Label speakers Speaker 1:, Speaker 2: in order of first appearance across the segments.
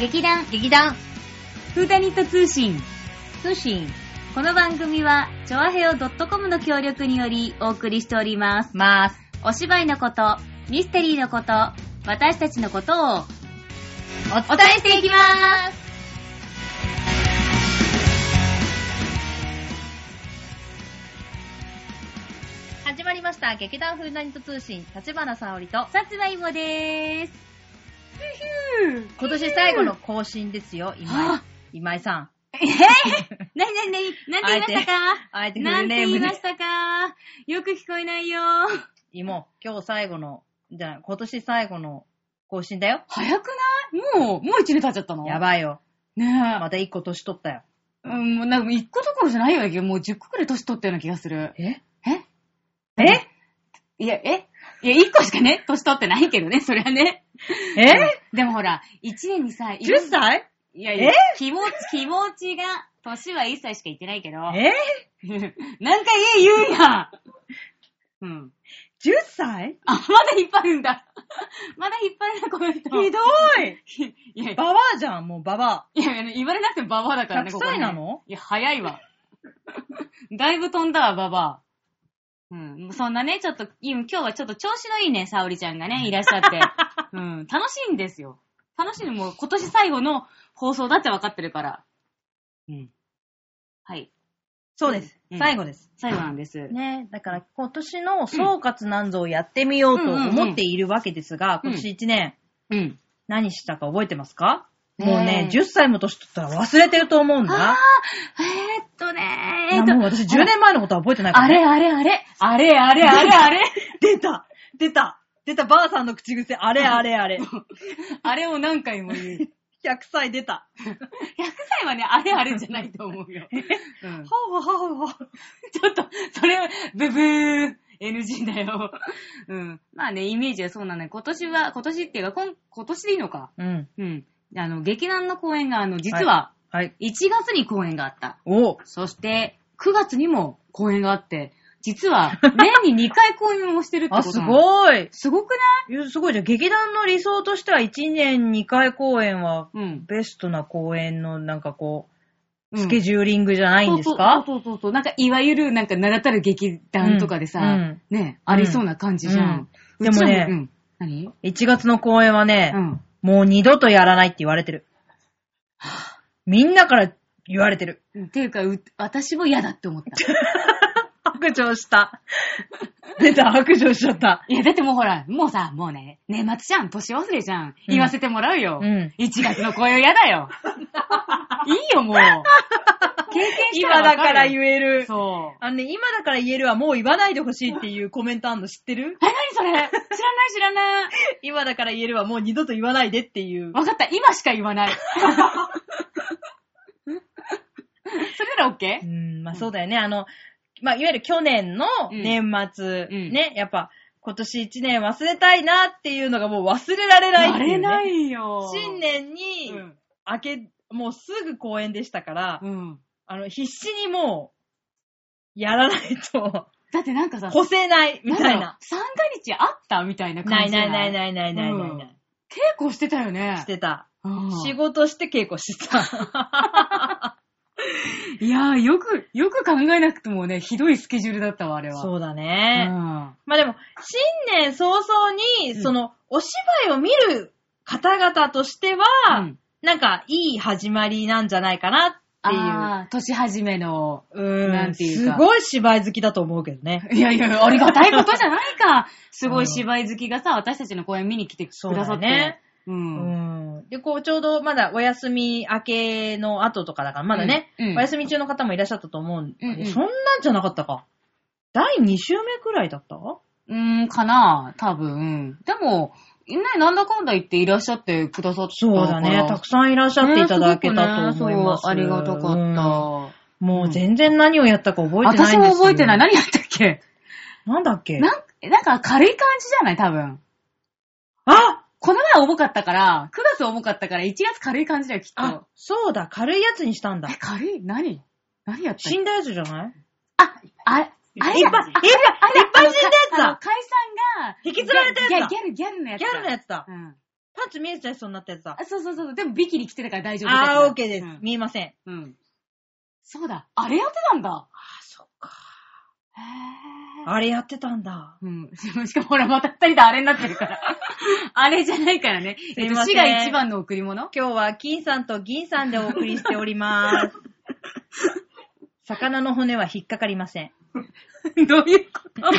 Speaker 1: 劇団、
Speaker 2: 劇団、
Speaker 1: フーダニット通信。
Speaker 2: 通信、
Speaker 1: この番組は、ちょあへよ .com の協力によりお送りしております。
Speaker 2: ます。
Speaker 1: お芝居のこと、ミステリーのこと、私たちのことを
Speaker 2: お
Speaker 1: お伝えしていきます。
Speaker 2: 始まりました。劇団風ナニット通信、立花沙織と、
Speaker 1: さつまいもでーす。
Speaker 2: 今年最後の更新ですよ、今井
Speaker 1: あ。
Speaker 2: 今井さん。
Speaker 1: なになになになんて言いましたか
Speaker 2: あえてフ
Speaker 1: な
Speaker 2: ル
Speaker 1: ん
Speaker 2: ネ
Speaker 1: て
Speaker 2: ー
Speaker 1: 言
Speaker 2: ム
Speaker 1: いまし
Speaker 2: で。
Speaker 1: たかよく聞こえないよ。
Speaker 2: もう、今日最後の、じゃない今年最後の更新だよ。
Speaker 1: 早くないもう、もう一年経っちゃったの
Speaker 2: やばいよ。
Speaker 1: ねえ。
Speaker 2: また一個年取ったよ。
Speaker 1: うん、もうなんか1個どころじゃないような気が、もう10個くらい年取ったような気がする。
Speaker 2: え
Speaker 1: え
Speaker 2: え
Speaker 1: いや、えいや、1個しかね、 年取ってないけどね、それはね。
Speaker 2: え
Speaker 1: でもほら、1年にさ、いろ
Speaker 2: ?10 歳
Speaker 1: いやいや
Speaker 2: え、
Speaker 1: 気持ち、気持ちが、年は1歳しか言ってないけど、
Speaker 2: え
Speaker 1: 何回え言うやんうん。
Speaker 2: ?10 歳
Speaker 1: あ、まだ引っ張るんだ。 まだ引っ張るな、この人。
Speaker 2: ひどい
Speaker 1: いやいや
Speaker 2: ババアじゃん、もうババ
Speaker 1: いや、言われなくてもババアだからね、
Speaker 2: 100
Speaker 1: ここね
Speaker 2: 歳なの
Speaker 1: いや、早いわ。 だいぶ飛んだわ、ババア。うん。そんなね、ちょっと、今今日はちょっと調子のいいね、沙織ちゃんがね、いらっしゃ って。うん。楽しいんですよ。楽しいのもう今年最後の放送だって分かってるから。うん。はい。
Speaker 2: そうです
Speaker 1: う。ん
Speaker 2: 最後です。
Speaker 1: 最後なんです。
Speaker 2: ね、だから今年の総括なんぞをやってみようと
Speaker 1: うんうんうん
Speaker 2: 思っているわけですが、
Speaker 1: うん
Speaker 2: 今年1年
Speaker 1: うん。
Speaker 2: 何したか覚えてますか、
Speaker 1: ねえ
Speaker 2: もうね、10歳も年取ったら忘れてると思うんだ。
Speaker 1: えーっとね
Speaker 2: い
Speaker 1: ー、えー
Speaker 2: や
Speaker 1: っと。
Speaker 2: もう私10年前のことは覚えてないか
Speaker 1: あ
Speaker 2: ら、ね。
Speaker 1: れあれあれあれあれあれあれ
Speaker 2: 出た出た出たばあさんの口癖、あれあ れあれ。
Speaker 1: あれを何回も言う。
Speaker 2: 100歳出た。
Speaker 1: 100歳はね、あれあれじゃないと思うよ。うん
Speaker 2: はぁはぁはぁはぁ
Speaker 1: ちょっと、それ、ブブー !NG だよ。うん。まあね、イメージはそうなのよ。今年は、今年っていうか、今、今年でいいのか。
Speaker 2: うん。
Speaker 1: うん。あの、劇団の公演が、あの、実は、
Speaker 2: はい。
Speaker 1: 1月に公演があった。
Speaker 2: お
Speaker 1: そして、9月にも公演があって、実は、年に2回公演をしてるってこ
Speaker 2: あ、
Speaker 1: と
Speaker 2: す
Speaker 1: なの。
Speaker 2: ごい。
Speaker 1: すごく
Speaker 2: いやすごいじゃん。劇団の理想としては1年2回公演は、
Speaker 1: ないうん。
Speaker 2: ベストな公演のなんかこう、
Speaker 1: うん
Speaker 2: スケジューリングじゃないんですか、
Speaker 1: そうそうそうそうそう。なんか、いわゆる、なんか、名だたる劇団とかでさ、
Speaker 2: うんうん
Speaker 1: ね、ありそうな感じじゃん。
Speaker 2: うんで
Speaker 1: う
Speaker 2: もね
Speaker 1: ちらうん、何
Speaker 2: ?1 月の公演はね、
Speaker 1: うん。
Speaker 2: もう二度とやらないって言われてる。みんなから言われてる。
Speaker 1: っていうか、う私も嫌だって思った。
Speaker 2: 白状した。出た、白状しちゃった。
Speaker 1: いや、だってもうほら、もうさ、もうね、年末じゃん、年忘れじゃん。言わせてもらうよ。
Speaker 2: うん
Speaker 1: 1月の声は嫌だ よ。いいよ、もう。経験したら
Speaker 2: 今
Speaker 1: わかる
Speaker 2: だから言える。
Speaker 1: そう。
Speaker 2: あのね、今だから言えるはもう言わないでほしいっていうコメントあんの知ってる
Speaker 1: え、なにそれ知らない、知らない。
Speaker 2: 今だから言えるはもう二度と言わないでっていう。
Speaker 1: わかった、今しか言わ ない。それなら OK?
Speaker 2: うん、まあそうだよね。あの、まあいわゆる去年の
Speaker 1: うん
Speaker 2: 年末、
Speaker 1: うん
Speaker 2: ね、やっぱ今年一年忘れたいなっていうのがもう忘れられない
Speaker 1: な
Speaker 2: っていうね、
Speaker 1: れないよ。
Speaker 2: 新年に
Speaker 1: うん。
Speaker 2: 明け、もうすぐ公演でしたから、
Speaker 1: うん。
Speaker 2: あの、必死にもう、やらないと、
Speaker 1: だってなんかさ、
Speaker 2: 越せない、み
Speaker 1: ん
Speaker 2: たい
Speaker 1: だろ
Speaker 2: な。
Speaker 1: う。三が日あったみたいな
Speaker 2: な
Speaker 1: 感
Speaker 2: い
Speaker 1: じ。。
Speaker 2: ないないないいないないないな
Speaker 1: う
Speaker 2: い
Speaker 1: ん。稽古してたよね。
Speaker 2: してた。
Speaker 1: うん
Speaker 2: 仕事して稽古してた。
Speaker 1: いやー、よく、よく考えなくてもね、ひどいスケジュールだったわ、あれは。う
Speaker 2: そうだ
Speaker 1: ね。
Speaker 2: ね。
Speaker 1: ん。
Speaker 2: まあでも、新年早々に、
Speaker 1: うん
Speaker 2: その、お芝居を見る方々としては、
Speaker 1: うん
Speaker 2: なんか、いい始まりなんじゃないかなっていう。
Speaker 1: あー年始めの。
Speaker 2: うん。
Speaker 1: なんていうか
Speaker 2: すごい芝居好きだと思うけどね。
Speaker 1: いやいや、ありがたいことじゃないか。すごい芝居好きがさ、私たちの公演見に来てく
Speaker 2: そう
Speaker 1: ださ
Speaker 2: だ
Speaker 1: って。
Speaker 2: ね。
Speaker 1: う。
Speaker 2: うんんで、こう、ちょうどまだお休み明けの後とかだから、まだね、
Speaker 1: うんうん
Speaker 2: お休み中の方もいらっしゃったと思うん、
Speaker 1: うんうん
Speaker 2: そんなんじゃなかったか。第2週目くらいだった
Speaker 1: うん、かな多分。でも、ね、なんだかんだ言っていらっしゃってくださった
Speaker 2: そうだね。たくさんいらっし
Speaker 1: さ
Speaker 2: ゃっていただけたと思います。
Speaker 1: ありがたかった。
Speaker 2: うんもう全然何をやったか覚えてない
Speaker 1: 私
Speaker 2: んです
Speaker 1: も覚えてない。
Speaker 2: な
Speaker 1: 何やったっけ
Speaker 2: んだっけ
Speaker 1: なんなんか軽い感じじゃない多分。
Speaker 2: あ
Speaker 1: この前重かったから、9月重かったから、1月軽い感じだよ、きっ
Speaker 2: あ
Speaker 1: と。、
Speaker 2: そうだ。軽いやつにしたんだ
Speaker 1: え、。軽い何何やったっ
Speaker 2: 死
Speaker 1: け
Speaker 2: んだやつじゃない
Speaker 1: あ、あれ、あれ
Speaker 2: い
Speaker 1: だ
Speaker 2: っぱい、いっぱい、いっぱい死んだやつ
Speaker 1: あの
Speaker 2: だ
Speaker 1: 解散が、
Speaker 2: 引きずられたやつだ
Speaker 1: ギャギャル、ギャルのやつ
Speaker 2: ギ
Speaker 1: だ。
Speaker 2: ャルのやつだ。
Speaker 1: うん。
Speaker 2: パパンツ見えちゃいそうになったやつだ。
Speaker 1: あ、そうそうそう。でもビキニ着てたから大丈夫だから
Speaker 2: あー、オッケーです。
Speaker 1: うん
Speaker 2: 見えません。
Speaker 1: うん。そうだ。あれやってたんだ。
Speaker 2: あー、そっか。
Speaker 1: へー。
Speaker 2: あれやってたんだ。
Speaker 1: うん。 しかもほら、また二人であれになってる から。あれじゃないからね。
Speaker 2: すいませ
Speaker 1: 死
Speaker 2: ん
Speaker 1: が一番の贈り 物
Speaker 2: 今日は金さんと銀さんでお送りしており ます。魚の骨は引っかかりません。
Speaker 1: どういうこと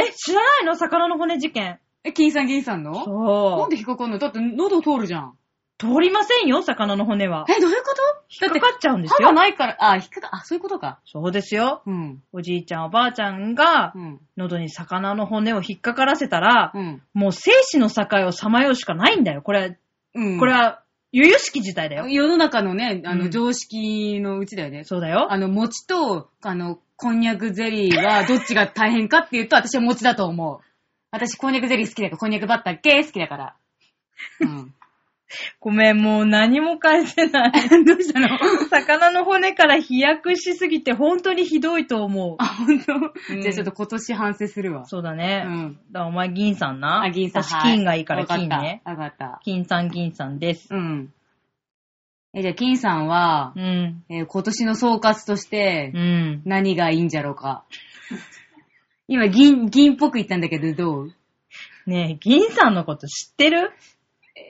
Speaker 2: え、知らないの魚の骨事件。
Speaker 1: え、金さん銀さんのな
Speaker 2: そ
Speaker 1: ん
Speaker 2: う。
Speaker 1: で引っかかんのだって喉通るじゃん。
Speaker 2: 通りませんよ、魚の骨は。
Speaker 1: え、どういうこと
Speaker 2: 引っ
Speaker 1: だ
Speaker 2: か
Speaker 1: っ
Speaker 2: かっちゃう
Speaker 1: て、
Speaker 2: んです
Speaker 1: 歯が
Speaker 2: よ。
Speaker 1: ないから、あ、引っかか、あ、そういうことか。
Speaker 2: そうですよ。
Speaker 1: うん。
Speaker 2: おじいちゃんおばあちゃんが
Speaker 1: う、ん。
Speaker 2: 喉に魚の骨を引っかからせたら
Speaker 1: う、ん。
Speaker 2: もう生死の境をさまようしかないんだよ。これ、
Speaker 1: うん。
Speaker 2: これは、由々しき事態だよ。
Speaker 1: 世の中のね、あ
Speaker 2: うん
Speaker 1: の、常識のうちだよね。
Speaker 2: そうだよ。
Speaker 1: あの、餅と、あの、こんにゃくゼリーはどっちが大変かって言うと、私は餅だと思う。私、こんにゃくゼリー好きだから、こんにゃくバッター系好きだから。うん。
Speaker 2: ごめん、もう何も返せない。
Speaker 1: どうした の
Speaker 2: 魚の骨から飛躍しすぎて本当にひどいと思
Speaker 1: あ、本当、
Speaker 2: うん
Speaker 1: じゃあちょっと今年反省するわ
Speaker 2: う。。そうだ
Speaker 1: う
Speaker 2: ね。
Speaker 1: ん。
Speaker 2: だからお前銀さんな。
Speaker 1: あ、銀さん。
Speaker 2: 私金がいいから
Speaker 1: はい
Speaker 2: 金ね。
Speaker 1: わかった。わかっ
Speaker 2: 金さん銀さんです。
Speaker 1: た。うん。え、じゃあ金さんは
Speaker 2: う、ん。
Speaker 1: えー今年の総括として
Speaker 2: う、ん。
Speaker 1: 何がいいんじゃろうか。今、銀、銀っぽく言ったんだけど、どう
Speaker 2: ねえ、銀さんのこと知ってる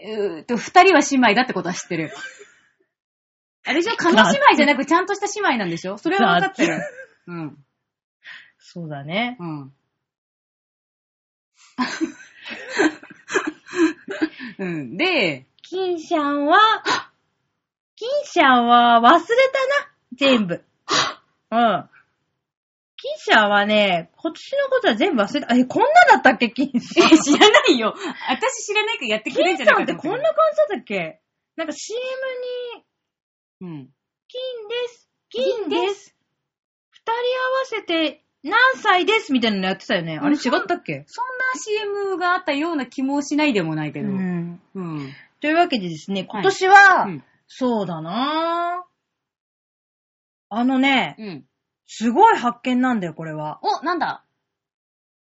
Speaker 1: えーっと、二人は姉妹だってことは知ってる。あれでしょ叶姉妹じゃなくちゃんとした姉妹なんでしょそれは分か ってる。うん。
Speaker 2: そうだね。
Speaker 1: うん。うん、 で、
Speaker 2: 金ちゃんは、金ちゃんは忘れたな、全部。うん。金ちゃんはね、今年のことは全部忘れた。え、こんなだったっけ、金さん。
Speaker 1: え、知らないよ。私知らないからやってくれ
Speaker 2: 金
Speaker 1: んじゃ
Speaker 2: さ
Speaker 1: なんい
Speaker 2: っ
Speaker 1: か
Speaker 2: て
Speaker 1: と
Speaker 2: こん
Speaker 1: 思
Speaker 2: な
Speaker 1: っ
Speaker 2: 感
Speaker 1: た
Speaker 2: じだったっけなんか CM に、
Speaker 1: うん。
Speaker 2: 金です、金です、二人合わせて何歳ですみたいなのやってたよね。あれ違ったっけ、
Speaker 1: そんな CM があったような気もしないでもないけど。うん。うん。
Speaker 2: というわけでですね、
Speaker 1: は
Speaker 2: 今
Speaker 1: い
Speaker 2: 年は、
Speaker 1: うん
Speaker 2: そうだなぁ。あのね、
Speaker 1: うん。
Speaker 2: すごい発見なんだよ、これは。
Speaker 1: お、なんだ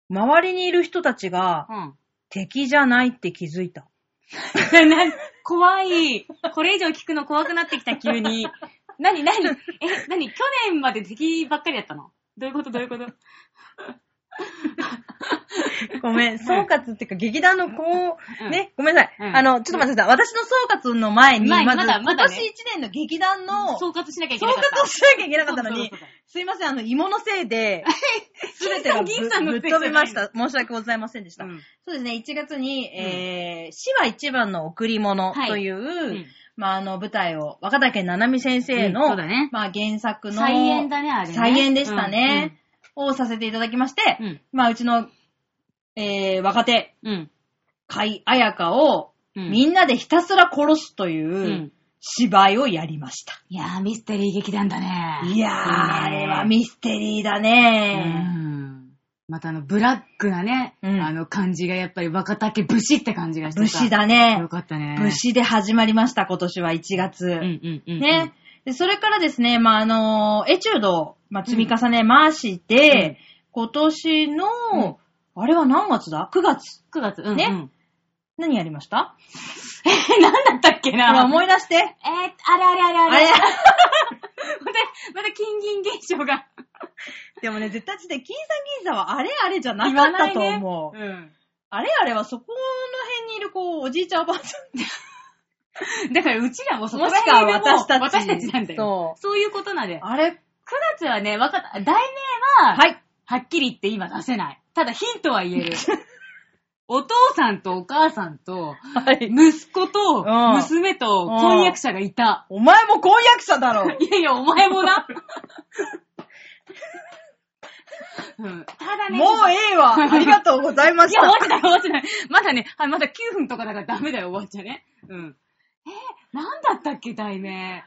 Speaker 2: 周りにいる人たちが
Speaker 1: うん。
Speaker 2: 敵じゃないって気づいた。
Speaker 1: な 怖い。これ以上聞くの怖くなってきた、急に。なになにえ、なに去年まで敵ばっかりやったのどういうことどういうこと
Speaker 2: ごめん、総括っていうか劇団のこう、
Speaker 1: うん
Speaker 2: ね、ごめんなさい。
Speaker 1: うん
Speaker 2: あの、ちょっと待ってください。私の総括の前に、
Speaker 1: 前
Speaker 2: まず、
Speaker 1: まだま
Speaker 2: 今
Speaker 1: だ
Speaker 2: 年
Speaker 1: ね
Speaker 2: 1年の劇団の総
Speaker 1: 総括しなきゃいけなかった。
Speaker 2: 括をしなきゃいけなかったのに
Speaker 1: そうそう、そう
Speaker 2: すいません、あの、芋のせ いで、すべてがぶ
Speaker 1: 銀さんの
Speaker 2: ぶ
Speaker 1: せい
Speaker 2: っ
Speaker 1: じゃ
Speaker 2: 飛
Speaker 1: ない
Speaker 2: びました。申し訳ございませんでし
Speaker 1: そ
Speaker 2: た。
Speaker 1: ううん
Speaker 2: そうですね、1月に、えー、死は一番の贈り物
Speaker 1: はい
Speaker 2: という、
Speaker 1: うん
Speaker 2: まあ、あの、舞台を、若竹七海先生
Speaker 1: うん
Speaker 2: の、
Speaker 1: そうだね
Speaker 2: まあ、原作の、
Speaker 1: 再演だね、あれね。
Speaker 2: 再演でしたね、をさせていただきまして、
Speaker 1: うん。
Speaker 2: まあ、うちの、えー、若手、
Speaker 1: うん。
Speaker 2: 海彩香を、
Speaker 1: うん。
Speaker 2: みんなでひたすら殺すという、
Speaker 1: うん
Speaker 2: 芝居をやりました。
Speaker 1: いやー、ミステリー劇団だね。
Speaker 2: いやー、あ
Speaker 1: いいね
Speaker 2: れはミステリーだ
Speaker 1: う
Speaker 2: ね。
Speaker 1: ん。またあの、ブラックなね、
Speaker 2: うん
Speaker 1: あの感じがやっぱり若竹武士って感じがして
Speaker 2: 武
Speaker 1: さ
Speaker 2: 士。だね
Speaker 1: よ。かったね。
Speaker 2: 武。士で始まりました、今年は1月。
Speaker 1: うんうんうんうん。
Speaker 2: ね。で、それからですね、まあ、あのエチュードを、まあ、積み重ねまして、
Speaker 1: うん
Speaker 2: 今年の、あれは何月だ ?9 月。
Speaker 1: 9月。うん。
Speaker 2: ね
Speaker 1: うん。
Speaker 2: 何やりました
Speaker 1: え、 なんだったっけ
Speaker 2: ほら
Speaker 1: な
Speaker 2: 思い出して。
Speaker 1: えー、あれあれあれあ
Speaker 2: あ
Speaker 1: れ。
Speaker 2: れ
Speaker 1: また、また金銀現象が。
Speaker 2: でもね、絶対ちで、金さん銀さんはあれあれじゃなかったと
Speaker 1: 言
Speaker 2: 思
Speaker 1: わ
Speaker 2: う。
Speaker 1: ないね
Speaker 2: あれあれはそこの辺にいる、こう、おじいちゃんおばあちゃん。
Speaker 1: うん。だからうちらもそこ
Speaker 2: も
Speaker 1: ら
Speaker 2: しくは
Speaker 1: 辺でも
Speaker 2: 私たち。
Speaker 1: 私たちなんだよ。
Speaker 2: そ
Speaker 1: そういうことなんだよ
Speaker 2: う。。あれ
Speaker 1: 9月はね、わかった。題名は、は
Speaker 2: はい。
Speaker 1: っきり言って今出せない。ただヒントは言える。 お父さんとお母さんと、
Speaker 2: はい。
Speaker 1: 息子と
Speaker 2: うん
Speaker 1: 娘と婚約者がいた。
Speaker 2: お前も婚約者だろう
Speaker 1: いやいや、お前も な。うんただね、
Speaker 2: もうええ わありがとうございま
Speaker 1: い
Speaker 2: し
Speaker 1: や、
Speaker 2: た
Speaker 1: 終わってない、終わってない。まだね、はい、まだ9分とかだからダメだよ、終わっちゃね。うん。えー、なんだったっけ、題名。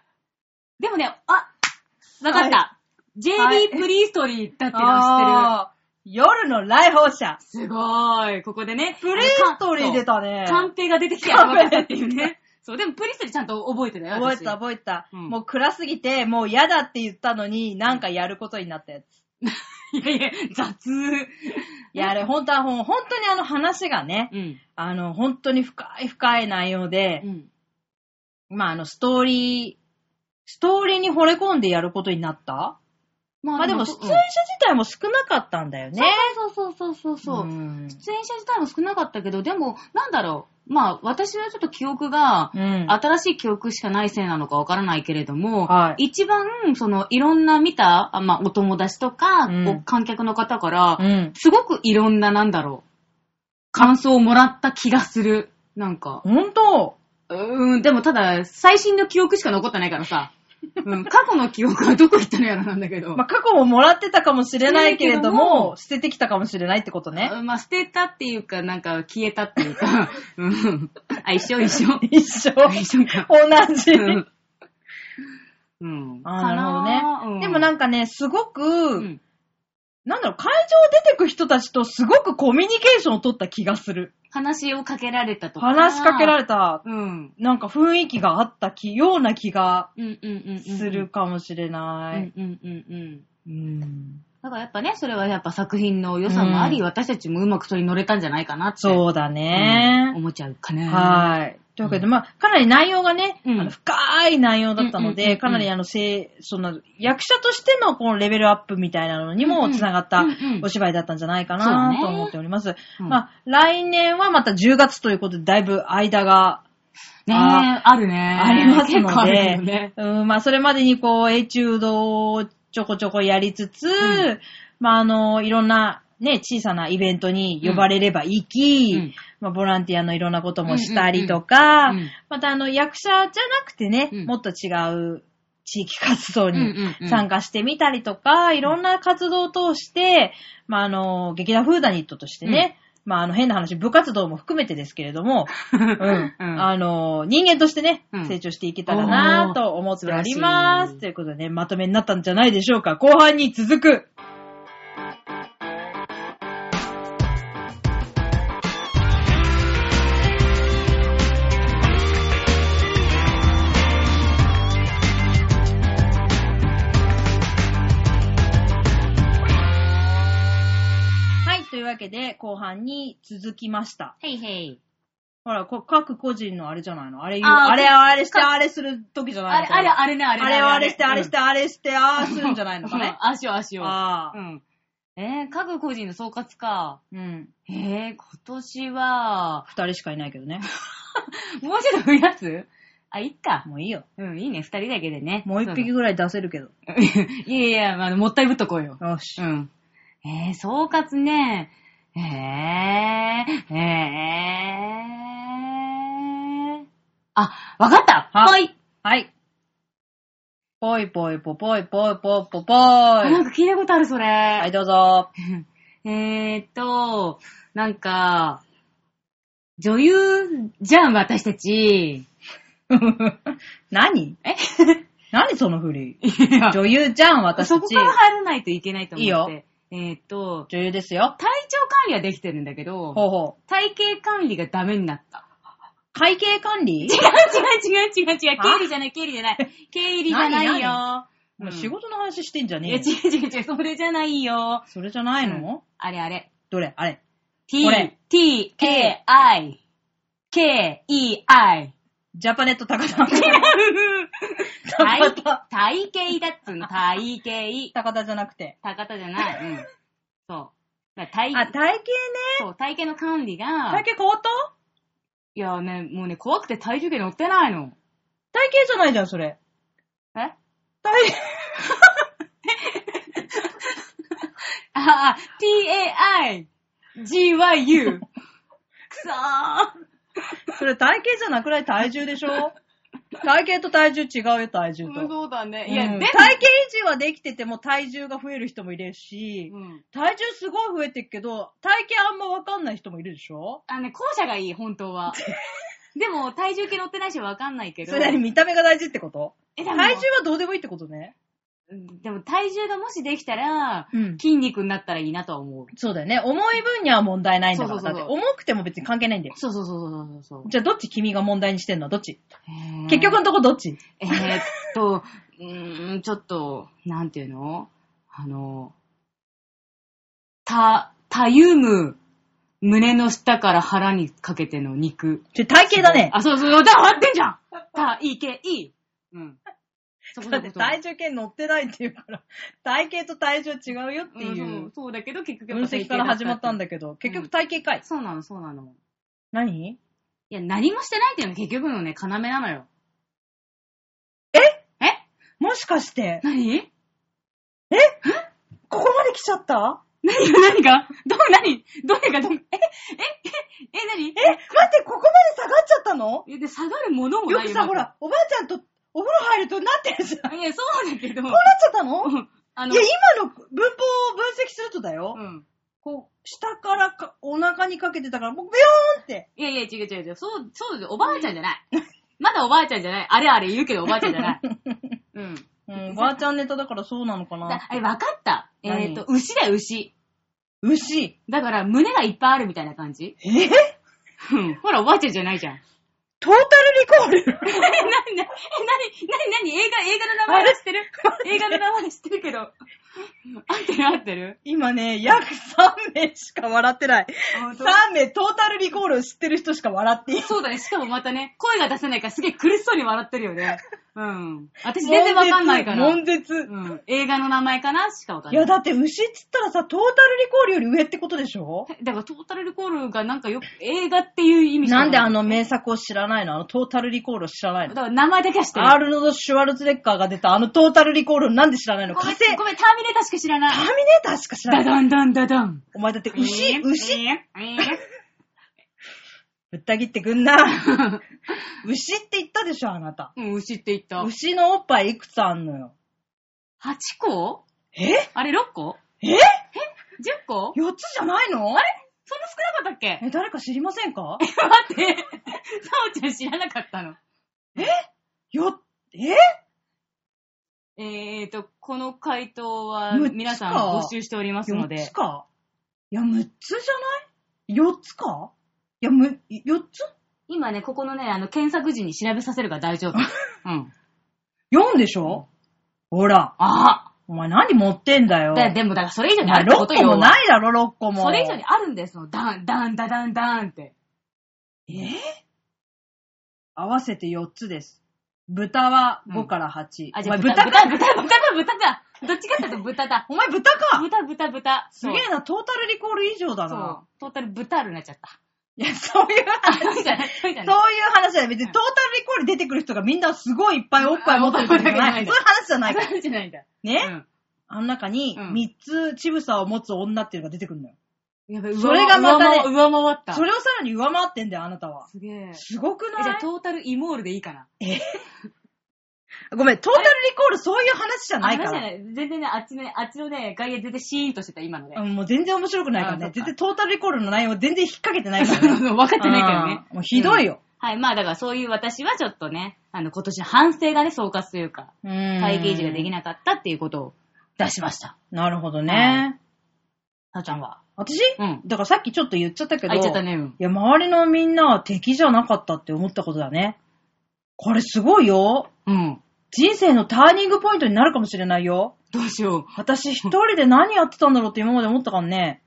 Speaker 1: でもね、あ、わかった。
Speaker 2: はい
Speaker 1: JD プリーストリーだっていうのは知ってる。
Speaker 2: あー夜の来訪者。
Speaker 1: すごーい。ここでね。
Speaker 2: プリストリー出
Speaker 1: た。
Speaker 2: たね。
Speaker 1: カンペが出てきてやばかったっていうね。そう、でもプリストリーちゃんと覚えてたよ。
Speaker 2: 覚え
Speaker 1: 私
Speaker 2: てた、。覚えてた。
Speaker 1: うん
Speaker 2: もう暗すぎて、もう嫌だって言ったのに、なんかやることになったやつ。
Speaker 1: いやいや、雑。
Speaker 2: いや、あれ、本当は、ほん本当にあの話がね、
Speaker 1: うん。
Speaker 2: あの、本当に深い深い内容で
Speaker 1: う、ん。
Speaker 2: まあ、あの、ストーリー、ストーリーに惚れ込んでやることになった
Speaker 1: ま
Speaker 2: まあでも、出演者
Speaker 1: うん
Speaker 2: 自体も少なかったんだよね。
Speaker 1: そうそうそうそうそう。うん出演者自体も少なかったけど、でも、なんだろう。まあ、私はちょっと記憶が、
Speaker 2: うん。
Speaker 1: 新しい記憶しかないせいなのかわからないけれども、
Speaker 2: はい
Speaker 1: 一番、その、いろんな見た、あまあ、お友達とか、
Speaker 2: うん
Speaker 1: お観客の方から、
Speaker 2: うん。
Speaker 1: すごくいろんな、なんだろう、感想をもらった気がする。なんか。
Speaker 2: 本当
Speaker 1: うーん、でもただ、最新の記憶しか残ってないからさ。うん、過去の記憶はどこ行ったのやらなんだけど。
Speaker 2: まあ、過去ももらってたかもしれないけれど
Speaker 1: けれど
Speaker 2: も
Speaker 1: も、
Speaker 2: 捨ててきたかもしれないってことね。
Speaker 1: あまあ、捨てたっていうか、なんか、消えたっていうか。うん。あ、一緒一緒。
Speaker 2: 一緒。
Speaker 1: 一緒か。
Speaker 2: 同じ。
Speaker 1: うん。うん。
Speaker 2: あーなるほどね。でも
Speaker 1: んか
Speaker 2: なんかね、すご
Speaker 1: な、う
Speaker 2: く、
Speaker 1: ん。
Speaker 2: なんだろう、会場出てく人たちとすごくコミュニケーションを取った気がする。
Speaker 1: 話をかけられたとか。
Speaker 2: 話しかけら
Speaker 1: れ
Speaker 2: れた、
Speaker 1: た。うん。
Speaker 2: なんか雰囲気があったきような気が
Speaker 1: うんうんうんうん。
Speaker 2: する。かもしれ
Speaker 1: う
Speaker 2: ない
Speaker 1: ん。うんうんうん。
Speaker 2: うん
Speaker 1: だからやっぱね、それはやっぱ作品の良さもあり、
Speaker 2: うん
Speaker 1: 私たちもうまくそれに乗れたんじゃないかなって。
Speaker 2: そうだ
Speaker 1: うん
Speaker 2: ね。
Speaker 1: 思っちゃうかね。
Speaker 2: はい。というわけで、まあ、かなり内容がね、
Speaker 1: うん
Speaker 2: あの深い内容だったの
Speaker 1: うんうんうんう
Speaker 2: で、
Speaker 1: ん
Speaker 2: かなりあの、せいその、役者としてのこのレベルアップみたいなのに
Speaker 1: うんう
Speaker 2: も
Speaker 1: ん
Speaker 2: つながった
Speaker 1: うんうん
Speaker 2: お芝居だったんじゃないか
Speaker 1: そうだ
Speaker 2: な
Speaker 1: ね
Speaker 2: と思っております。
Speaker 1: うん
Speaker 2: まあ、来年はまた10月ということで、だいぶ間が
Speaker 1: ねえ、
Speaker 2: あ
Speaker 1: あるね。
Speaker 2: あります
Speaker 1: 結構
Speaker 2: の
Speaker 1: ある
Speaker 2: で、
Speaker 1: よね。
Speaker 2: うん、まあ、それまでにこう、エチュードをちょこちょこやりつつ、
Speaker 1: ん
Speaker 2: まあ、あの、いろんな、ね、小さなイベントに呼ばれれば行き、
Speaker 1: うん
Speaker 2: まあ、ボランティアのいろんなこともしたりとか、
Speaker 1: うんうんうんうん
Speaker 2: また、あの、役者じゃなくてね、
Speaker 1: うん
Speaker 2: もっと違う地域活動
Speaker 1: うん
Speaker 2: に
Speaker 1: うんうん
Speaker 2: 参加してみたりとか、いろんな活動を通して、まあ、あの、劇団フーダニットとしてね、まあ、あの、変な話、部活動も含めてですけれ ども、うん。
Speaker 1: うん
Speaker 2: あの、人間としてね、
Speaker 1: うん
Speaker 2: 成長していけたらなぁと思っておりま
Speaker 1: おー素晴らし
Speaker 2: す。
Speaker 1: い
Speaker 2: ということでね、まとめになったんじゃないでしょうか。後半に続く。はい、というわけで、後半に続きました。
Speaker 1: へいへい。
Speaker 2: ほら、こ各個人のあれじゃないのあれ言う、
Speaker 1: あー
Speaker 2: あれ
Speaker 1: か
Speaker 2: あれして、あれする時じゃな
Speaker 1: あ
Speaker 2: い
Speaker 1: れ、
Speaker 2: の
Speaker 1: あれ、あれね、あれね。
Speaker 2: あれあれして、あれして、
Speaker 1: うん
Speaker 2: あれして、あーするんじゃないのか
Speaker 1: うん
Speaker 2: ね。
Speaker 1: 足を足を。
Speaker 2: あ
Speaker 1: う
Speaker 2: あ。
Speaker 1: ん。えー、各個人の総括か。
Speaker 2: うん。
Speaker 1: えー、今年は、
Speaker 2: 二人しかいないけど ね。
Speaker 1: もうちょっと増やすあ、いっか。
Speaker 2: もういいよ。
Speaker 1: うん、いいね、二人だけでね。
Speaker 2: もう一匹ぐらい出せるけど。
Speaker 1: そうそう。いやいや、まあ、もったいぶっとこうよ。
Speaker 2: よし
Speaker 1: う。ん。えー、総括ね。えー、えー。あ、わかった
Speaker 2: は
Speaker 1: はい。
Speaker 2: はい。ぽいぽいぽぽいぽいぽいぽ ぽ。
Speaker 1: あないんか聞いたことある、それ。
Speaker 2: はい、どうぞ。
Speaker 1: えーっと、なんか、女優じゃん、私たち。
Speaker 2: 何
Speaker 1: え
Speaker 2: 何その振り。
Speaker 1: いや
Speaker 2: 女優じゃん、私た
Speaker 1: そこ
Speaker 2: ち
Speaker 1: か。ら入らないといけないと思って。
Speaker 2: いいよ
Speaker 1: えーっと、
Speaker 2: 女優ですよ。
Speaker 1: 体調管理はできてるんだけ
Speaker 2: ほ
Speaker 1: ど、
Speaker 2: うほう。
Speaker 1: 体型管理がダメになった。
Speaker 2: 会計管理
Speaker 1: 違う違う違う違う違う。
Speaker 2: あ
Speaker 1: 経理じゃない、経理じゃ ない。経理じゃない
Speaker 2: 何
Speaker 1: よ。
Speaker 2: もう
Speaker 1: うん
Speaker 2: 仕事の話してんじゃ
Speaker 1: い
Speaker 2: ね
Speaker 1: や、
Speaker 2: え
Speaker 1: 違
Speaker 2: よ。
Speaker 1: う違う違う、それじゃないよ。
Speaker 2: それじゃないの
Speaker 1: あれあれ。
Speaker 2: どれあれ。
Speaker 1: t
Speaker 2: これ、
Speaker 1: t, k, i, k, e, i.
Speaker 2: ジャパネット高田。
Speaker 1: 体
Speaker 2: 高
Speaker 1: 型
Speaker 2: 田。
Speaker 1: 体型だっつうの、体型。
Speaker 2: 高田じゃなくて。
Speaker 1: 高田じゃ ない。うん。そう。だから体
Speaker 2: あ、体型ね。
Speaker 1: そう体型の管理が、
Speaker 2: 体型変わった
Speaker 1: いやね、もうね、怖くて体重計乗ってないの。
Speaker 2: 体型じゃないじゃん、それ。
Speaker 1: え
Speaker 2: 体、
Speaker 1: ああ、t, a, i, g, y, u. くそー。
Speaker 2: それ体型じゃなくない体重でしょ体型と体重違うよ、体重と。
Speaker 1: そうだね。
Speaker 2: うん
Speaker 1: いや、でも
Speaker 2: 体、型維持はできてても体重が増える人もいるし、
Speaker 1: うん
Speaker 2: 体重すごい増えてるけど、体型あんまわかんない人もいるでしょ
Speaker 1: あのね、後者がいい、本当は。でも、体重計乗ってないしわかんないけど。
Speaker 2: それなりに見た目が大事ってこと
Speaker 1: えでも
Speaker 2: 体重はどうでもいいってことね。
Speaker 1: でも体重がもしできたら、
Speaker 2: うん
Speaker 1: 筋肉になったらいいなとは思う。
Speaker 2: そうだよね。重い分には問題ないんだから。
Speaker 1: そうそうそう
Speaker 2: だって重くても別に関係ないんだよ。
Speaker 1: そうそうそうそうそうそう。
Speaker 2: じゃあどっち君が問題にしてんのはどっち
Speaker 1: へー
Speaker 2: 結局のとこどっち
Speaker 1: えーっと、うーん、ちょっと、なんていうのあの、た、たゆむ、胸の下から腹にかけての肉。
Speaker 2: ちょ、体型だね。
Speaker 1: あ、そうそう、だから合ってんじゃんた、いけ、いい。うん。そこそ
Speaker 2: だっ
Speaker 1: こそ
Speaker 2: て
Speaker 1: こ
Speaker 2: 体重計乗ってないっていうから、 体型と体重違うよって
Speaker 1: うん
Speaker 2: い
Speaker 1: そう
Speaker 2: う
Speaker 1: そうだけど結局やっ
Speaker 2: 分
Speaker 1: ぱ
Speaker 2: 析から始まったん
Speaker 1: だ
Speaker 2: だけど、結局体型かい。
Speaker 1: そうなの、そうなの。
Speaker 2: 何
Speaker 1: いや、何もしてないっていうのが結局のね、要なのよ。ええ
Speaker 2: もしかして、
Speaker 1: 何
Speaker 2: ここまで来ちゃった
Speaker 1: 何が何がどう、何どれがどう、え、え、え、え、何
Speaker 2: え、待って、ここまで下がっちゃったの
Speaker 1: えで、下がるものも
Speaker 2: よ
Speaker 1: ない
Speaker 2: くさ、
Speaker 1: ま
Speaker 2: ほ
Speaker 1: だ
Speaker 2: ら、おばあちゃんとお風呂入るとなってるじゃん。こ
Speaker 1: いや、そうだけど。
Speaker 2: うなっちゃったの
Speaker 1: うんあの、
Speaker 2: いや、今の文法を分析するとだよ。
Speaker 1: うん。
Speaker 2: こう、下からかお腹にかけてたから、もうビヨーンって。
Speaker 1: いやいや、違う違う違う。そう、そうですよおばあちゃんじゃない。まだおばあちゃんじゃない。あれあれ言うけどおばあちゃんじゃ ない。うん。
Speaker 2: うん、おばあちゃんネタだからそうなのか
Speaker 1: だ
Speaker 2: な。
Speaker 1: え、わかった。えっ、と、牛だよ、牛。
Speaker 2: 牛。
Speaker 1: だから、胸がいっぱいあるみたいな感じ。
Speaker 2: えー
Speaker 1: うん。ほら、おばあちゃんじゃない じゃん。
Speaker 2: トータルリコール
Speaker 1: え、なにな、え、なに、なに、なに、映画、映画の名前は知 ってる映画の名前知ってるけど。合ってる合ってる
Speaker 2: 今ね、約3名しか笑ってない。3名、トータルリコールを知ってる人しか笑っていな い。
Speaker 1: そうだね。しかもまたね、声が出せないからすげえ苦しそうに笑ってるよね。うん。私全然わかんないから。
Speaker 2: 悶絶。悶絶
Speaker 1: うん。映画の名前かなしかわかん
Speaker 2: い
Speaker 1: ない。
Speaker 2: や、だって牛っつったらさ、トータルリコールより上ってことでしょ
Speaker 1: だからトータルリコールがなんかよく映画っていう意味しか
Speaker 2: なんであ
Speaker 1: の、
Speaker 2: の名作を知らないのあのトータルリコールを知らない
Speaker 1: だ
Speaker 2: の
Speaker 1: から名前だけは知ってる。
Speaker 2: アールノルド・シュワルツェネッカーが出たあのトータルリコールをなんで知らないの
Speaker 1: ご
Speaker 2: 火
Speaker 1: めん
Speaker 2: 星、
Speaker 1: ごめん、ターミネーターしか知ら
Speaker 2: ター
Speaker 1: ない。
Speaker 2: ミネーターしか知ら
Speaker 1: ダ
Speaker 2: ない。
Speaker 1: ダンダンダダン。
Speaker 2: お前だって牛、牛、
Speaker 1: ええ
Speaker 2: ぶった切ってく んな。牛って言ったでしょ、あなた。
Speaker 1: うん、牛って言った。
Speaker 2: 牛のおっぱいいくつあんのよ。
Speaker 1: 8個
Speaker 2: え
Speaker 1: あれ6個
Speaker 2: え
Speaker 1: ?10 個
Speaker 2: ?4 つじゃないの
Speaker 1: そんな少なかったっけ
Speaker 2: え、誰か知りませんか
Speaker 1: 待って、さおちゃん知らなかったの。
Speaker 2: よ、え
Speaker 1: えーと、この回答は
Speaker 2: むっつか
Speaker 1: 皆さん募集しておりますの
Speaker 2: ?4 つ
Speaker 1: で、
Speaker 2: かいや、6つじゃない ?4 つかいや、む、4つ
Speaker 1: 今ね、ここのね、あの、検索時に調べさせるから大丈夫。うん。
Speaker 2: ?4 でしょほら、
Speaker 1: あ
Speaker 2: お前何持ってんだよ。
Speaker 1: だでも、だからそれ以上
Speaker 2: い
Speaker 1: に
Speaker 2: や
Speaker 1: あるってこ
Speaker 2: 6
Speaker 1: と
Speaker 2: 個
Speaker 1: よ。
Speaker 2: もないだろ、6個も。
Speaker 1: それ以上にあるんですよ。ダン、ダン、ダダン、ダンって。
Speaker 2: えー合わせて4つです。豚は5から8。
Speaker 1: あ、
Speaker 2: お
Speaker 1: じゃあ
Speaker 2: 前
Speaker 1: 豚、
Speaker 2: 豚
Speaker 1: 豚、
Speaker 2: か
Speaker 1: 豚、豚か、豚か。どっちかって言うと豚だ。
Speaker 2: お前豚か
Speaker 1: 豚、豚、豚。
Speaker 2: すげえな、トータルリコール以上だ
Speaker 1: な。そ
Speaker 2: な。
Speaker 1: う。トータル豚るになっちゃった。
Speaker 2: いや、そういう話。
Speaker 1: そうじゃない、そうじゃな
Speaker 2: そういう
Speaker 1: い。
Speaker 2: 話じゃない。別にトータルリコール出てくる人がみんなすごいいっぱいおっぱい持ってるわけじゃ
Speaker 1: あ
Speaker 2: な
Speaker 1: おっぱい
Speaker 2: い。
Speaker 1: 持ってる
Speaker 2: そういう話じゃない から。
Speaker 1: そうじゃないんだ。う
Speaker 2: ね
Speaker 1: ん
Speaker 2: あの中に
Speaker 1: うん
Speaker 2: 3つちぶさを持つ女っていうのが出てくるのよ。
Speaker 1: やばい、
Speaker 2: それがまたね
Speaker 1: 上回上回った。
Speaker 2: それをさらに上回ってんだよ、あなたは。
Speaker 1: すげえ。
Speaker 2: すごく
Speaker 1: えじゃ
Speaker 2: な
Speaker 1: あ、トータルイモールでいいかな。
Speaker 2: いごめん、トータルリコールそういう話じゃない
Speaker 1: あ
Speaker 2: か
Speaker 1: 話じゃ
Speaker 2: ら。
Speaker 1: ない全然ね、あっちのね、あっちのね、外野全然シーンとしてた、今のね。
Speaker 2: うんもう全然面白くないから
Speaker 1: あそ
Speaker 2: ね
Speaker 1: っ。か
Speaker 2: 全然トータルリコールの内容全然引っ掛けて ないからね。
Speaker 1: 分かってないからね
Speaker 2: あ。ーもうひどいよ。
Speaker 1: はい、まあだからそういう私はちょっとね、あの、今年の反省がね、総括というか、会
Speaker 2: 会
Speaker 1: 計時ができな
Speaker 2: ない。
Speaker 1: かったっていうことを出しました。
Speaker 2: なるほどね。
Speaker 1: さあちゃんは。
Speaker 2: 私
Speaker 1: うん。
Speaker 2: だからさっきちょっと言っちゃったけど、
Speaker 1: あ、いっちゃったね、うん。
Speaker 2: いや、周りのみんなは敵じゃなかったって思ったことだね。これすごいよ。
Speaker 1: うん。
Speaker 2: 人生のターニングポイントになるかもしれないよ。
Speaker 1: どうしよ
Speaker 2: 私一人で何やってたんだろうって今まで思ったからね。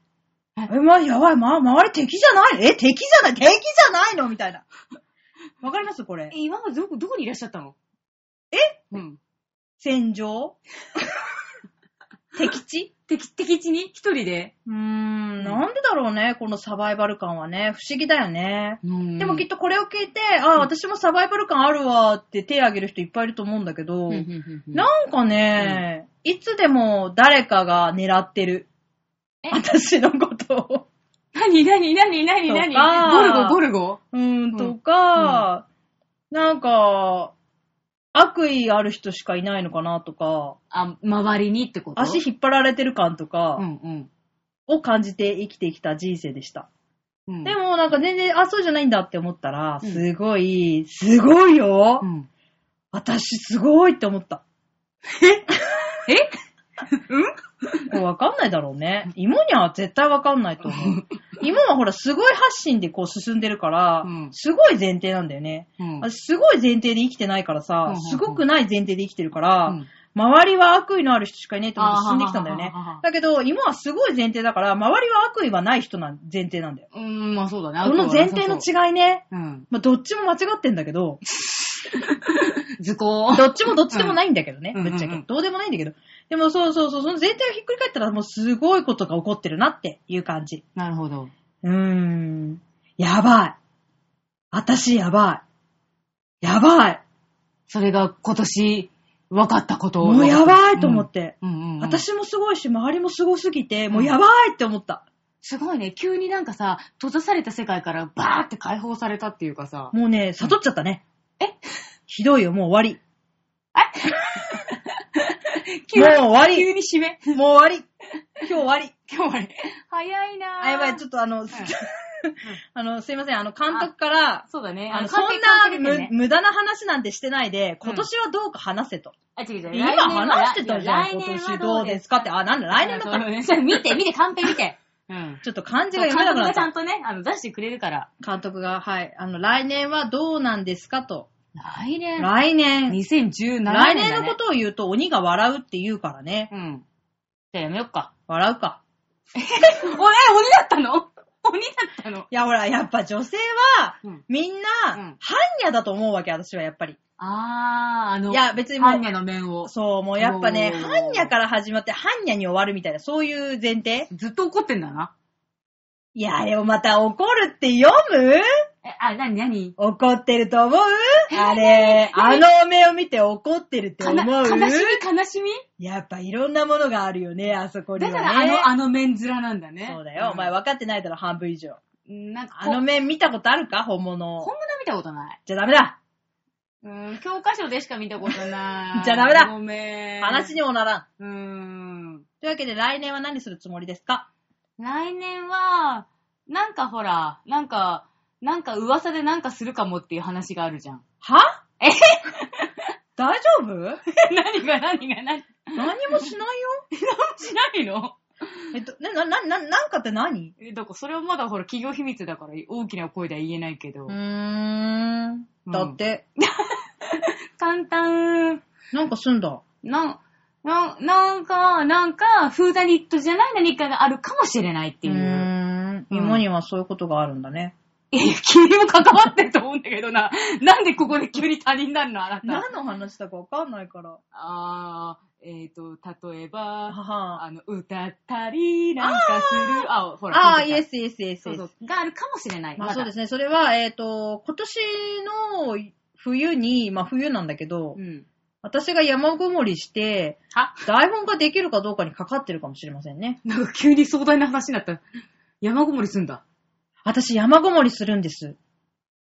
Speaker 1: え
Speaker 2: え、まあ、やばい、ま、周り敵じゃないえ、敵じゃない敵じゃないのみたいな。わかりますこ
Speaker 1: う
Speaker 2: れ。。
Speaker 1: 今までどこ、どこにいらっしゃったの
Speaker 2: え
Speaker 1: うん。
Speaker 2: 戦場敵地
Speaker 1: 敵、敵地に一人で
Speaker 2: うーん、なんでだろうね、このサバイバル感はね。不思議だよね。
Speaker 1: うん
Speaker 2: でもきっとこれを聞いて、ああ、私もサバイバル感あるわって手挙げる人いっぱいいると思うんだけど、
Speaker 1: うんうんうんうん
Speaker 2: なんかね、いつでも誰かが狙ってる。
Speaker 1: え
Speaker 2: 私のことを。
Speaker 1: 何何何何何
Speaker 2: とか
Speaker 1: ゴルゴ、ゴルゴ
Speaker 2: うーん、とか、なんか、悪意ある人しかいないのかなとか、
Speaker 1: あ、周りにってこと
Speaker 2: 足引っ張られてる感
Speaker 1: う
Speaker 2: とか
Speaker 1: んうん
Speaker 2: を感じて生きてきた人生でした。
Speaker 1: うん。
Speaker 2: でもなんか全然、あ、そうじゃないんだって思ったら、
Speaker 1: うん
Speaker 2: すごい、すごいよ、
Speaker 1: うん、
Speaker 2: 私すごいって思った。
Speaker 1: え
Speaker 2: これわかんないだろうね。芋には絶対わかんないと思う。 芋はほら、すごい発信でこう進んでるから、
Speaker 1: うん
Speaker 2: すごい前提なんだよね。
Speaker 1: うん
Speaker 2: 私、すごい前提で生きてないから
Speaker 1: うんうん
Speaker 2: さ
Speaker 1: う、ん
Speaker 2: すごくない前提で生きてるから、周りは悪意のある人しかいねえと思って進んできたんだよね
Speaker 1: あはははは。
Speaker 2: だけど、今はすごい前提だから、周りは悪意はない人なん、前提なんだよ。
Speaker 1: うん、まあそうだね。
Speaker 2: この前提の
Speaker 1: 違い。
Speaker 2: 違いね。
Speaker 1: うん。
Speaker 2: まあ、どっちも間違ってんだけど、
Speaker 1: 図 工。
Speaker 2: どっちもどっちでもないんだけどね、
Speaker 1: うん
Speaker 2: ぶっちゃ
Speaker 1: うんうんう
Speaker 2: け
Speaker 1: ん。
Speaker 2: どうでもないんだけど。でもそうそうそう、その前提をひっくり返ったらもうすごいことが起こってるなっていう感じ。
Speaker 1: なるほど。
Speaker 2: うーん。やばい。私やばい。やばい。
Speaker 1: それが今年分かったこと
Speaker 2: もうやばいと思っ。て。
Speaker 1: うんうんうんうん、
Speaker 2: 私もすごいし、周りもすごすぎて、
Speaker 1: ん
Speaker 2: もうやばいって思った。
Speaker 1: すごいね。急になんかさ、閉ざされた世界からバーって解放されたっていうかさ。
Speaker 2: もうね、悟っちゃったね。
Speaker 1: え
Speaker 2: ひどいよ、もう終わり。
Speaker 1: 急
Speaker 2: もう
Speaker 1: に、
Speaker 2: 終わり。
Speaker 1: 急に締め。
Speaker 2: もう終わり。今日終わり。
Speaker 1: 今日あれ、早いなぁ。
Speaker 2: あ、やばい、ち
Speaker 1: ょ
Speaker 2: ょ
Speaker 1: っ
Speaker 2: っとあの、 あの、すいません、あの、監督から、
Speaker 1: そうだね。
Speaker 2: あの、そ
Speaker 1: 完
Speaker 2: ん
Speaker 1: 璧
Speaker 2: な
Speaker 1: 完璧
Speaker 2: 無
Speaker 1: ね
Speaker 2: 無駄な話なんてしてないで、今年はどうか話せと。
Speaker 1: あ、違う違う。
Speaker 2: 今
Speaker 1: 来年は
Speaker 2: 話してたじゃん、
Speaker 1: 来
Speaker 2: 今
Speaker 1: 年は
Speaker 2: 年どうですすかって。あ、なんだ、来年だった
Speaker 1: そう
Speaker 2: ら。
Speaker 1: ねそれ見て、見て、カンペ見て。 うん。
Speaker 2: ちょっと漢字が
Speaker 1: 監督
Speaker 2: 読めなくな
Speaker 1: がち
Speaker 2: っ
Speaker 1: ゃ
Speaker 2: た
Speaker 1: ん。とね、あの、出してくれるから。
Speaker 2: 監督が、はい、あの、来年はどうなんですかと。
Speaker 1: 来年。
Speaker 2: 来年、
Speaker 1: 2017年だ、
Speaker 2: 来
Speaker 1: ね。
Speaker 2: 年のことを言うと鬼が笑うって言うからね。
Speaker 1: うん。じゃあやめよっか。
Speaker 2: 笑うか。
Speaker 1: お、え、鬼だったの鬼だったの
Speaker 2: いや、ほら、やっぱ女性は、
Speaker 1: うん
Speaker 2: みん
Speaker 1: う、
Speaker 2: なん般若だと思うわけ、私はやっぱり。
Speaker 1: あー、あの、
Speaker 2: いや、別にも
Speaker 1: ハン
Speaker 2: う、
Speaker 1: ニャの面を。
Speaker 2: そう、もうやっぱね、
Speaker 1: おー
Speaker 2: 般若から始まって般若に終わるみたいな、そういう前提
Speaker 1: ずっと怒ってんだな。
Speaker 2: いや、あれをまた怒るって読む
Speaker 1: え、あ、なになに
Speaker 2: 怒ってると思うあれ、あのお目を見て怒ってるって
Speaker 1: か
Speaker 2: 思
Speaker 1: な
Speaker 2: う
Speaker 1: 悲しみ悲しみ
Speaker 2: やっぱいろんなものがあるよね、あそこに
Speaker 1: だ
Speaker 2: は、ね。
Speaker 1: からあの、あの面面なんだね。
Speaker 2: そうだよ、お前
Speaker 1: は。
Speaker 2: 分かってないだろ、半分以上。
Speaker 1: なんか
Speaker 2: あ
Speaker 1: こう、
Speaker 2: の面見たことあるか本物
Speaker 1: 本。物見たことない。
Speaker 2: じゃダメだ
Speaker 1: うん、教科書でしか見たことない。
Speaker 2: じゃあダメだ
Speaker 1: ごめん。
Speaker 2: 話にもならん。
Speaker 1: うーん。
Speaker 2: というわけで来年は何するつもりですか
Speaker 1: 来年は、なんかほら、なんか、なんか噂でなんかするかもっていう話があるじゃん。
Speaker 2: は
Speaker 1: え
Speaker 2: 大丈夫何
Speaker 1: 何が何が何
Speaker 2: もしない よ。
Speaker 1: しないの
Speaker 2: えっと、ね、な、な、な、なんかって何
Speaker 1: え、だからそれはまだほら企業秘密だから大きな声では言えないけど。
Speaker 2: ーん。だって、
Speaker 1: 簡単。
Speaker 2: なんかすんだ。
Speaker 1: なん、なん、なんか、なんか、フーダニットじゃない何かがあるかもしれないっていうう。
Speaker 2: ーん。
Speaker 1: うん
Speaker 2: 芋にはそういうことがあるんだね。
Speaker 1: え、君も関わってると思うんだけどな。なんでここで急に他人になるのあなた。
Speaker 2: 何の話だかわかんないから。
Speaker 1: あー、えっ、と、例え
Speaker 2: は
Speaker 1: ば、
Speaker 2: は
Speaker 1: あの、歌ったり、なんかする、あほら。
Speaker 2: ああ、
Speaker 1: 聞い
Speaker 2: イ
Speaker 1: てた
Speaker 2: エスイエスイエス
Speaker 1: そ
Speaker 2: イ
Speaker 1: う
Speaker 2: エス
Speaker 1: そ。う。があるかもしれない。。
Speaker 2: まあそうですすね。それは、えっ、と、今年の冬に、まあ冬なんだけど、
Speaker 1: うん。
Speaker 2: 私が山ごもりして、
Speaker 1: は
Speaker 2: 台本ができるかどうかにかかってるかもしれませんね。
Speaker 1: なんか急に壮大な話になった。山ごもりすんだ。
Speaker 2: 私山ごもりするんです。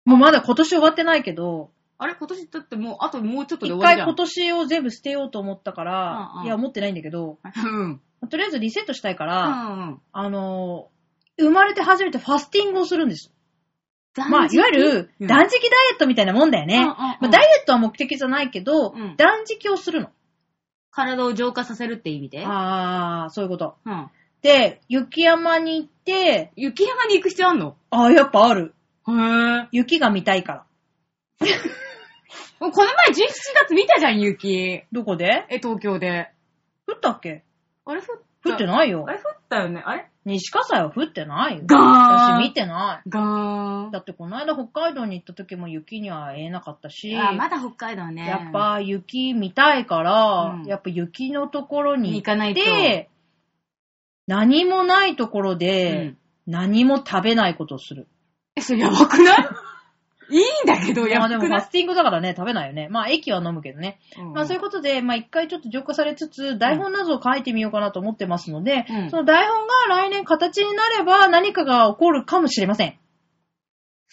Speaker 2: もうまだ今年終わってないけど、
Speaker 1: あれ今年だってもう、あともうちょっとで終わり
Speaker 2: 一
Speaker 1: じ
Speaker 2: 回
Speaker 1: ゃ
Speaker 2: 今
Speaker 1: ん。
Speaker 2: 年を全部捨てようと思ったから、
Speaker 1: うんうん
Speaker 2: いや、持ってないんだけど、
Speaker 1: うん。
Speaker 2: とりあえずリセットしたいか
Speaker 1: う
Speaker 2: ら、
Speaker 1: んうん。
Speaker 2: あのー生まれて初めてファスティングをするんです。まあ、
Speaker 1: 断
Speaker 2: い
Speaker 1: 食
Speaker 2: わゆる
Speaker 1: うん
Speaker 2: 断食ダイエットみたいなもんだよね。
Speaker 1: うんうんうん
Speaker 2: まあ、ダイエットは目的じゃないけど、
Speaker 1: うん
Speaker 2: 断食をするの。
Speaker 1: 体を浄化させるって意味で。
Speaker 2: ああ、そういうこと。
Speaker 1: うん。
Speaker 2: で、雪山に行って、
Speaker 1: 雪山に行く必要あんの
Speaker 2: ああ、やっぱある。
Speaker 1: へぇ。
Speaker 2: 雪が見たいから。
Speaker 1: この前17月見たじゃん、雪。
Speaker 2: どこで
Speaker 1: え、東京で。
Speaker 2: 降ったっけ
Speaker 1: あれ降った
Speaker 2: 降ってないよ
Speaker 1: あ。れ降ったよね。あれ
Speaker 2: 西葛西は降ってないよ。
Speaker 1: ガーン
Speaker 2: 私見てな
Speaker 1: ガー
Speaker 2: い。
Speaker 1: ン。
Speaker 2: だってこの間北海道に行った時も雪には会えなかったし、
Speaker 1: あ、まだ北海道ね。
Speaker 2: やっ。ぱ雪見たいから、
Speaker 1: うん
Speaker 2: やっぱ雪のところに
Speaker 1: 行かないと
Speaker 2: で、何もないところで、
Speaker 1: うん
Speaker 2: 何も食べないことをする。
Speaker 1: え、それやばくない いいんだけど、や
Speaker 2: まあで
Speaker 1: ばく
Speaker 2: もファ
Speaker 1: ない
Speaker 2: スティングだからね、食べないよね。まあ液は飲むけどね。まあそういう
Speaker 1: こ
Speaker 2: ことで、まあ一回ちょっと浄化されつつ、台本などを書いてみようかなと思ってますので、
Speaker 1: うん
Speaker 2: その台本が来年形になれば何かが起こるかもしれません。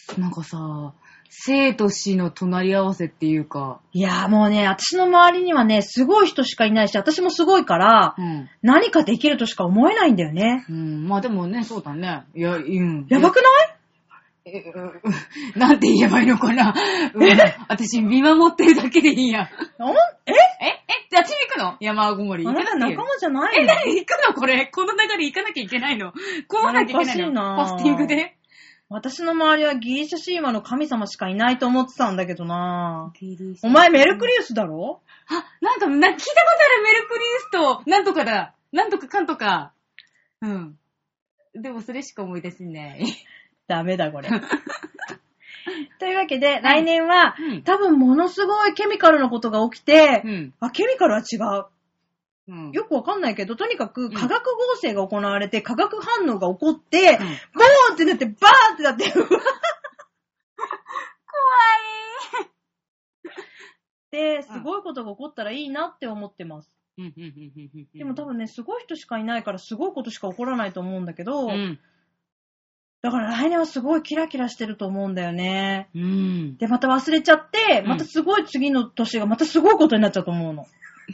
Speaker 1: と。なんかさ、生と死の隣り合わせっていうか。
Speaker 2: いやーもうね、私の周りにはね、すごい人しかいないし、私もすごいから、
Speaker 1: うん。
Speaker 2: 何かできるとしか思えないんだよね。
Speaker 1: うん。まあでもね、そうだね。いや、うん。
Speaker 2: やばくない
Speaker 1: えうんなんて言えばいいのかな、うん、私見守ってるだけでいいや。
Speaker 2: あん
Speaker 1: ええじゃあ私行くの山ごもり。
Speaker 2: えあなた
Speaker 1: 行かなくていい
Speaker 2: 仲
Speaker 1: よ
Speaker 2: 間じゃない
Speaker 1: え、
Speaker 2: の
Speaker 1: 何行くのこれ。この流れ行かなきゃいけないの。こうなきゃいけないの。
Speaker 2: おかしいな
Speaker 1: ファスティングで。
Speaker 2: 私の周りはギリシャ神話の神様しかいないと思ってたんだけどな
Speaker 1: ギリシャ
Speaker 2: お前メルクリウスだろ
Speaker 1: あ、なんか、な、聞いたことあるメルクリウスと、なんとかだ。なんとかかんとか。うん。でもそれしか思い出せない。
Speaker 2: ダメだ これ。というわけで、来年は、
Speaker 1: うん
Speaker 2: 多分ものすごいケミカルなことが起きて、
Speaker 1: うん。
Speaker 2: あ、ケミカルは違う。
Speaker 1: うん。
Speaker 2: よくわかんないけど、とにかく
Speaker 1: ん
Speaker 2: 化学合成が行われて、化学反応が起こって、
Speaker 1: う
Speaker 2: ボ
Speaker 1: ん
Speaker 2: ーンってなって、バーンってな って、 うわって、すごいことが起こったらいいなって思ってます。
Speaker 1: うんうんうんうんうん
Speaker 2: でも多分ね、すごい人しかいないから、すごいことしか起こらないと思うんだけど、
Speaker 1: うん。
Speaker 2: だから来年はすごいキラキラしてると思うんだよね。
Speaker 1: うん。
Speaker 2: で、また忘れちゃって、
Speaker 1: うん
Speaker 2: またすごい次の年がまたすごいことになっちゃうと思うの。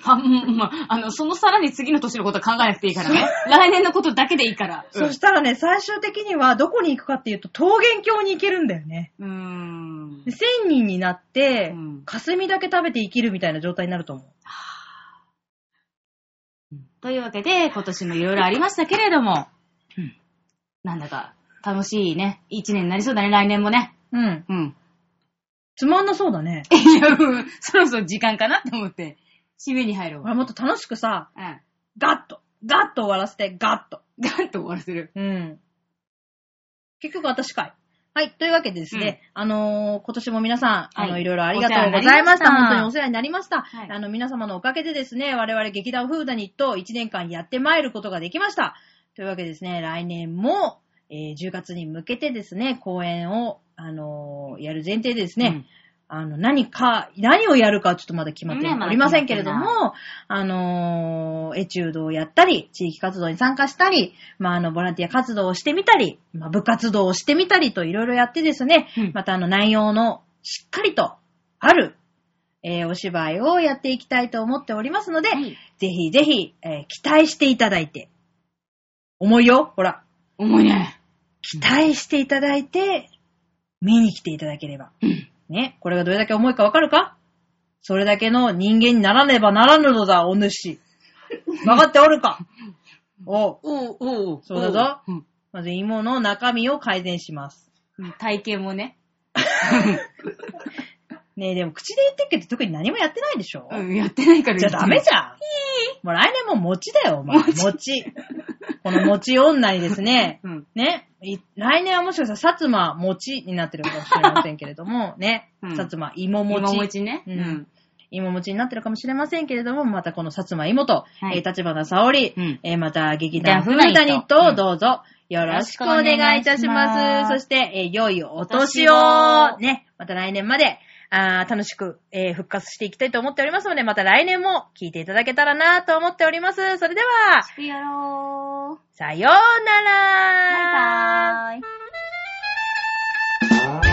Speaker 1: あ、うんまあ、あの、そのさらに次の年のことは考えなくていいから ね。来年のことだけでいいから。
Speaker 2: そしたらね、最終的にはどこに行くかっていうと、桃源郷に行けるんだよね。
Speaker 1: うーん
Speaker 2: で。1000人になって、
Speaker 1: うん
Speaker 2: 霞だけ食べて生きるみたいな状態になると思う。
Speaker 1: というわけで、今年もいろいろありましたけれども、うんなんだか楽しいね、一年になりそうだね、来年もね。
Speaker 2: うん。
Speaker 1: うん。
Speaker 2: つまんなそうだね。
Speaker 1: いや、うんそろそろ時間かなって思って、締めに入ろう。
Speaker 2: 俺もっと楽しくさ、
Speaker 1: うん。
Speaker 2: ガッと、ガッと終わらせて、ガッと。
Speaker 1: ガンと終わらせる。
Speaker 2: うん。結局私かい。はい。というわけでですね、あのー今年も皆さん、あの、
Speaker 1: はい
Speaker 2: い、ろいろありがとうございまし
Speaker 1: お世
Speaker 2: た。
Speaker 1: 話になりました
Speaker 2: 本当にお世話になりました、
Speaker 1: はい
Speaker 2: あの、皆様のおかげでですね、我々劇団フーダニット1年間やってまいることができました。というわけでですね、来年も、えー10月に向けてですね、公演を、あのーやる前提でですね、あの、何か、何をやるかちょっとまだ決まって
Speaker 1: ねまだ
Speaker 2: おりませんけれども、あのーエチュードをやったり、地域活動に参加したり、まあ、あの、ボランティア活動をしてみたり、まあ、部活動をしてみたりといろいろやってですね、
Speaker 1: うん
Speaker 2: またあの、内容のしっかりとある、えーお芝居をやっていきたいと思っておりますので、
Speaker 1: うん。はい。
Speaker 2: ぜひぜひ、えー期待していただいて、重いよ、ほら、
Speaker 1: 重いね。
Speaker 2: 期待していただいて、見に来ていただければ。
Speaker 1: うん。
Speaker 2: ね、これがどれだけ重いかわかるかそれだけの人間にならねばならぬのだ、お主。わかっておるかおう
Speaker 1: おうおう
Speaker 2: そうだぞ
Speaker 1: おう
Speaker 2: まず芋の中身を改善します。
Speaker 1: うん。体型もね。
Speaker 2: ねえ、でも口で言ってるけど特に何もやってないでしょ、
Speaker 1: うん、やってないから。
Speaker 2: じゃあダメじゃんもう来年も餅だよ、お前。餅。この餅女にです ね、
Speaker 1: うん。
Speaker 2: ね、い来年はもしかしたら薩摩餅になってるかもしれませんけれ ども、ね、
Speaker 1: うん
Speaker 2: 薩摩芋
Speaker 1: も
Speaker 2: 餅。
Speaker 1: ちね。
Speaker 2: うん。芋持ちになってるかもしれませんけれども、またこの薩摩芋と、
Speaker 1: はい
Speaker 2: えー立花沙織、
Speaker 1: うん
Speaker 2: えーまた劇団
Speaker 1: じ
Speaker 2: ふ
Speaker 1: ゃあ
Speaker 2: なた
Speaker 1: ふ
Speaker 2: に
Speaker 1: なにと
Speaker 2: と、どうぞ、よろしくお願いいたします。
Speaker 1: よろしくお願いします
Speaker 2: そして、えー良いお
Speaker 1: お年
Speaker 2: 年を
Speaker 1: を、
Speaker 2: ね、また来年まで、あー楽しく、えー復活していきたいと思っておりますので、また来年も聞いていただけたらなと思っております。それでは、
Speaker 1: うん。やろう。
Speaker 2: さようなら
Speaker 1: バイバー
Speaker 3: Bye.
Speaker 1: イ。